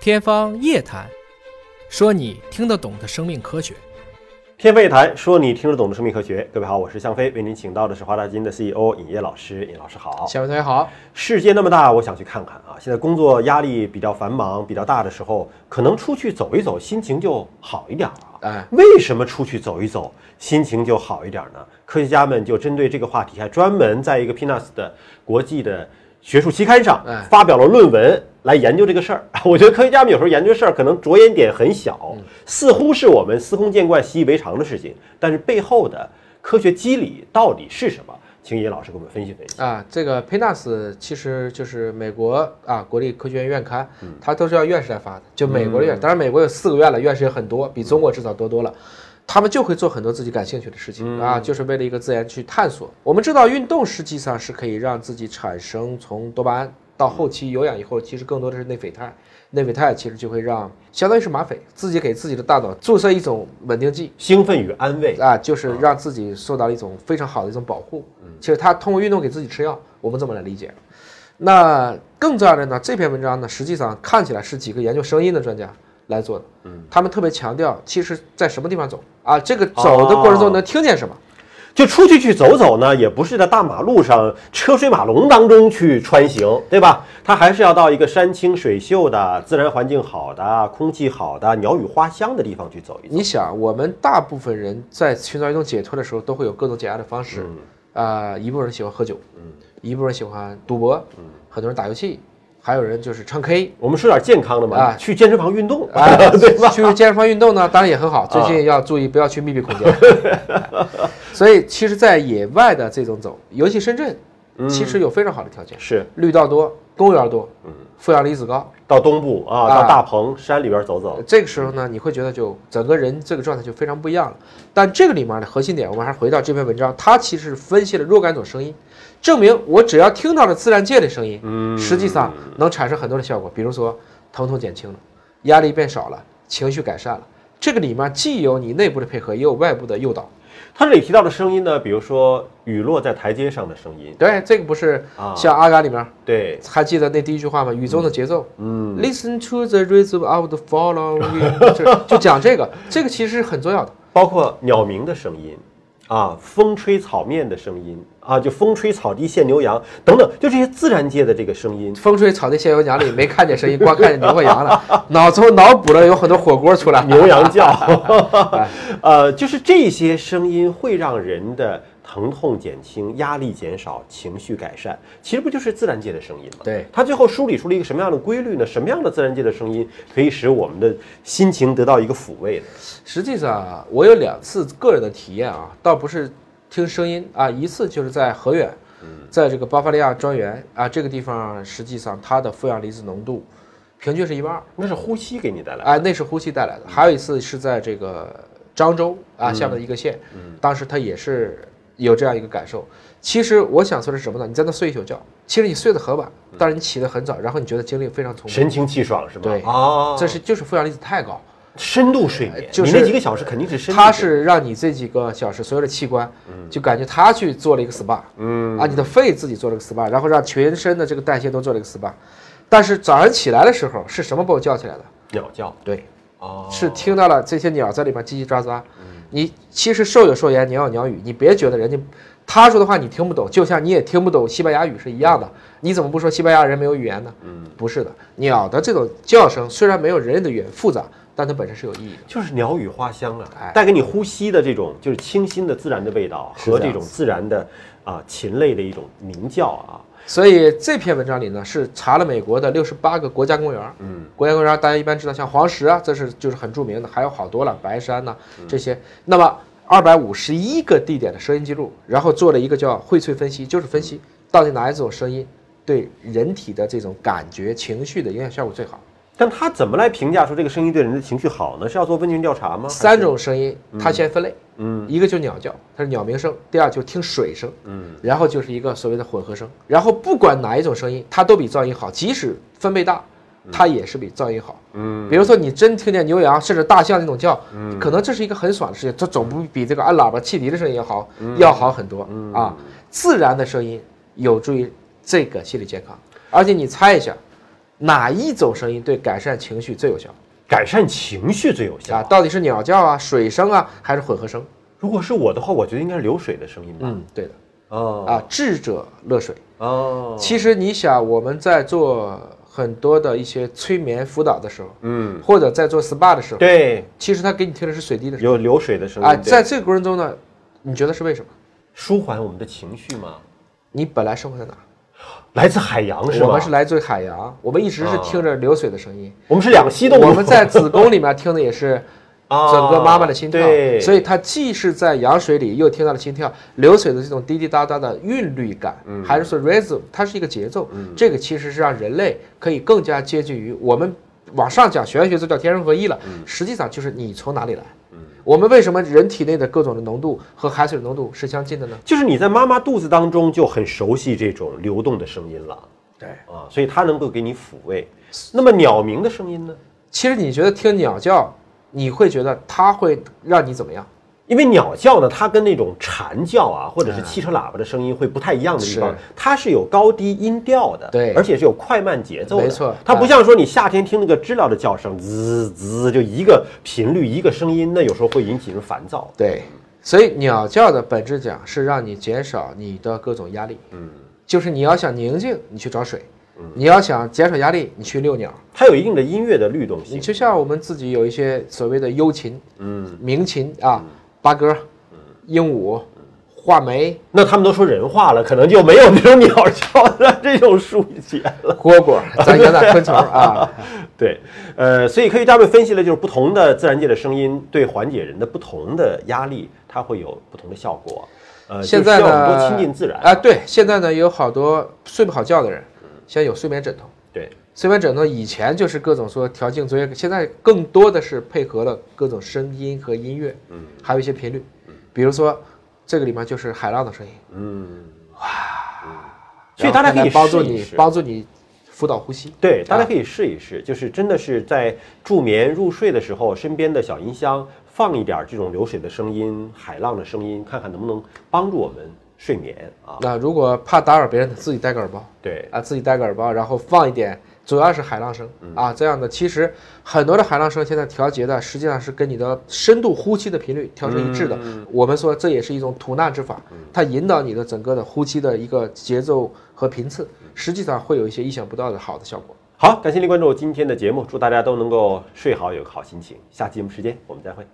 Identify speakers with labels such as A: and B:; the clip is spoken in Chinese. A: 天方夜谭，说你听得懂的生命科学。
B: 天方夜谭，说你听得懂的生命科学。各位好，我是向飞，为您请到的是华大基因的 CEO 尹烨老师。尹老师好，
A: 小同学好，
B: 世界那么大，我想去看看啊。现在工作压力比较繁忙、比较大的时候，可能出去走一走，心情就好一点了啊。
A: 哎，
B: 为什么出去走一走心情就好一点呢？科学家们就针对这个话题，还专门在一个 PNAS 的国际的学术期刊上
A: 哎
B: 发表了论文来研究这个事儿。 我觉得科学家们有时候研究事儿，可能着眼点很小，似乎是我们司空见惯、习以为常的事情，但是背后的科学机理到底是什么？请野老师给我们分析分析。
C: 啊，这个 PNAS 其实就是美国啊国立科学院院刊，它都是要院士来发的，就美国的院，当然美国有四个院了，院士也很多，比中国至少多多了。他们就会做很多自己感兴趣的事情、啊，就是为了一个自然去探索。我们知道运动实际上是可以让自己产生从多巴胺到后期有氧以后，其实更多的是内啡肽，内啡肽其实就会让相当于是吗啡，自己给自己的大脑注射一种稳定剂，
B: 兴奋与安慰，
C: 啊，嗯就是让自己受到了一种非常好的一种保护。其实他通过运动给自己吃药，我们这么来理解。那更重要的呢，这篇文章呢，实际上看起来是几个研究声音的专家来做的。嗯，他们特别强调，其实在什么地方走啊，这个走的过程中能听见什么。
B: 就出去去走走呢，也不是在大马路上车水马龙当中去穿行，对吧？它还是要到一个山清水秀的、自然环境好的、空气好的、鸟语花香的地方去走一走。
C: 你想，我们大部分人在寻找一种解脱的时候，都会有各种解压的方式。啊、一部分人喜欢喝酒，一部分人喜欢赌博，很多人打游戏，还有人就是唱 K，
B: 我们说点健康的嘛，
C: 啊
B: 去健身房运动，
C: 啊，
B: 对吧？啊
C: 去健身房运动呢，当然也很好。最近要注意不要去密闭空间。 所以，其实，在野外的这种走，尤其深圳，
B: 嗯
C: 其实有非常好的条件，
B: 是
C: 绿道多，公园多，
B: 嗯
C: 负氧离子高。
B: 到东部啊，
C: 啊
B: 到大鹏山里边走走。
C: 这个时候呢，你会觉得就整个人这个状态就非常不一样了。但这个里面的核心点，我们还是回到这篇文章，它其实是分析了若干种声音，证明我只要听到了自然界的声音，
B: 嗯
C: 实际上能产生很多的效果，比如说疼痛减轻了，压力变少了，情绪改善了。这个里面既有你内部的配合，也有外部的诱导。
B: 他这里提到的声音呢，比如说雨落在台阶上的声音，
C: 对，这个不是
B: 啊
C: 像《阿甘》里面
B: 对，
C: 还记得那第一句话吗？雨中的节奏。
B: 嗯
C: Listen to the rhythm of the falling wind，就就讲这个，这个其实是很重要的。
B: 包括鸟鸣的声音，啊，风吹草面的声音，啊，就风吹草低见牛羊等等，就这些自然界的这个声音。
C: 风吹草低见牛羊里没看见声音，光看见牛和羊了，脑中脑补了有很多火锅出来。
B: 牛 羊叫，呃，就是这些声音会让人的疼痛减轻、压力减少、情绪改善，其实不就是自然界的声音吗？
C: 对
B: 它最后梳理出了一个什么样的规律呢？什么样的自然界的声音可以使我们的心情得到一个抚慰呢？
C: 实际上啊，我有两次个人的体验啊，倒不是听声音啊，一次就是在河远，在这个巴伐利亚庄园啊这个地方，实际上它的负氧离子浓度平均是一万二，
B: 那是呼吸给你带来的。
C: 啊，那是呼吸带来的。还有一次是在这个漳州啊下面的一个县，当时他也是有这样一个感受。其实我想说的是什么呢？你在那睡一宿觉，其实你睡得很晚，但是你起得很早，然后你觉得精力非常充沛，
B: 神清气爽是吧？
C: 对
B: 啊，
C: 这是就是负氧离子太高，
B: 深度睡眠。
C: 就是
B: 你那几个小时肯定是深度睡眠。
C: 它是让你这几个小时所有的器官，就感觉它去做了一个 SPA，嗯啊，你的肺自己做了个 SPA，然后让全身的这个代谢都做了一个 SPA，但是早上起来的时候是什么把我叫起来的？
B: 鸟叫
C: 对，
B: 哦，
C: 是听到了这些鸟在里面叽叽喳喳。你其实兽有兽言，鸟有鸟语，你别觉得人家他说的话你听不懂，就像你也听不懂西班牙语是一样的。你怎么不说西班牙人没有语言呢？嗯，不是的，鸟的这种叫声虽然没有人类的语言复杂，但它本身是有意义的。
B: 就是鸟语花香啊
C: 哎，
B: 带给你呼吸的这种就是清新的自然的味道
C: 是
B: 和
C: 这
B: 这
C: 样
B: 种
C: 子
B: 自然的啊、禽类的一种鸣叫啊，
C: 所以这篇文章里呢，是查了美国的六十八个国家公园。嗯，国家公园大家一般知道，像黄石啊，这是就是很著名的，还有好多了，白山呐、这些。那么二百五十一个地点的声音记录，然后做了一个叫荟萃分析，就是分析到底哪一种声音对人体的这种感觉、情绪的影响效果最好。
B: 但他怎么来评价说这个声音对人的情绪好呢？是要做问卷调查吗？还是
C: 三种声音，它先分类，嗯，一个就是鸟叫，它是鸟鸣声；第二就是听水声，嗯，然后就是一个所谓的混合声。然后不管哪一种声音，它都比噪音好，即使分贝大，它也是比噪音好，嗯。比如说你真听见牛羊甚至大象那种叫，嗯，可能这是一个很爽的事情，这总不比这个按喇叭汽笛的声音要好，要好很多啊。自然的声音有助于这个心理健康，而且你猜一下，哪一种声音对改善情绪最有效
B: 改善情绪最有效
C: 啊？。到底是鸟叫啊、水声啊，还是混合声？
B: 如果是我的话，我觉得应该是流水的声音吧。
C: 嗯，对的
B: 哦
C: 啊，智者乐水。
B: 哦，
C: 其实你想，我们在做很多的一些催眠辅导的时候，
B: 嗯，
C: 或者在做 SPA 的时候，
B: 对，
C: 其实他给你听的是水滴的声
B: 有流水的声
C: 音
B: 音
C: 啊。
B: 对
C: 在这个过程中呢，你觉得是为什么？
B: 舒缓我们的情绪嘛。
C: 你本来生活在哪儿？
B: 来自海洋是吧？
C: 我们是来自于海洋，我们一直是听着流水的声音。
B: 我们是两栖动物。
C: 我们在 子宫里面听的也是整个妈妈的心跳，
B: 啊哦对，
C: 所
B: 以
C: 以它既是在羊水里又听到了心跳，流水的这种滴滴答答的韵律感，还是说 rhythm，它是一个节奏。这个其实是让人类可以更加接近于我们往上讲玄学，就叫天人合一了。实际上就是你从哪里来。我们为什么人体内的各种的浓度和海水的浓度是相近的呢？
B: 就是你在妈妈肚子当中就很熟悉这种流动的声音了
C: 对，
B: 啊，所以它能够给你抚慰。那么鸟鸣的声音呢？
C: 其实你觉得听鸟叫，你会觉得它会让你怎么样？
B: 因为鸟叫呢，它跟那种蝉叫啊，或者是汽车喇叭的声音会不太一样的地方
C: 是，
B: 它是有高低音调的，
C: 对
B: 而且是有快慢节奏的，
C: 没错
B: 它不像说你夏天听那个知了的叫声，滋滋，就一个频率一个声音，那有时候会引起人烦躁。
C: 对，所以鸟叫的本质讲是让你减少你的各种压力。嗯，就是你要想宁静，你去找水；
B: 嗯
C: 你要想减少压力，你去遛鸟。
B: 它有一定的音乐的律动
C: 你
B: 性，
C: 就像我们自己有一些所谓的幽琴、
B: 嗯，嗯
C: 鸣琴啊、八哥、鹦鹉、画 眉、
B: 那他们都说人话了，可能就没有那种鸟叫的这种书写了。
C: 蝈蝈，咱养点昆虫 啊。
B: 对，呃，所以科学家们分析了，就是不同的自然界的声音对缓解人的不同的压力，它会有不同的效果。呃，
C: 现在
B: 就需要我们
C: 呢，
B: 多亲近自然嗯
C: 啊。对，现在呢有好多睡不好觉的人，现在有睡眠枕头。
B: 对，
C: 睡眠枕头以前就是各种说调颈椎，现在更多的是配合了各种声音和音乐，嗯，还有一些频率，比如说这个里面就是海浪的声音，
B: 嗯，哇，所以大家
C: 然后
B: 可以
C: 帮助
B: 试一
C: 你
B: 试
C: 帮助你辅导呼吸，
B: 对，大家
C: 啊
B: 可以试一试，就是真的是在助眠入睡的时候，身边的小音箱放一点儿这种流水的声音、海浪的声音，看看能不能帮助我们睡眠啊。
C: 那如果怕打扰别人，自己戴个耳包
B: 对，
C: 啊，自己戴个耳包，然后放一点，主要是海浪声啊，这样的其实很多的海浪声现在调节的实际上是跟你的深度呼吸的频率调成一致的。我们说这也是一种吐纳之法，它引导你的整个的呼吸的一个节奏和频次，实际上会有一些意想不到的好的效果。
B: 好，感谢您关注今天的节目，祝大家都能够睡好，有个好心情。下期节目时间我们再会。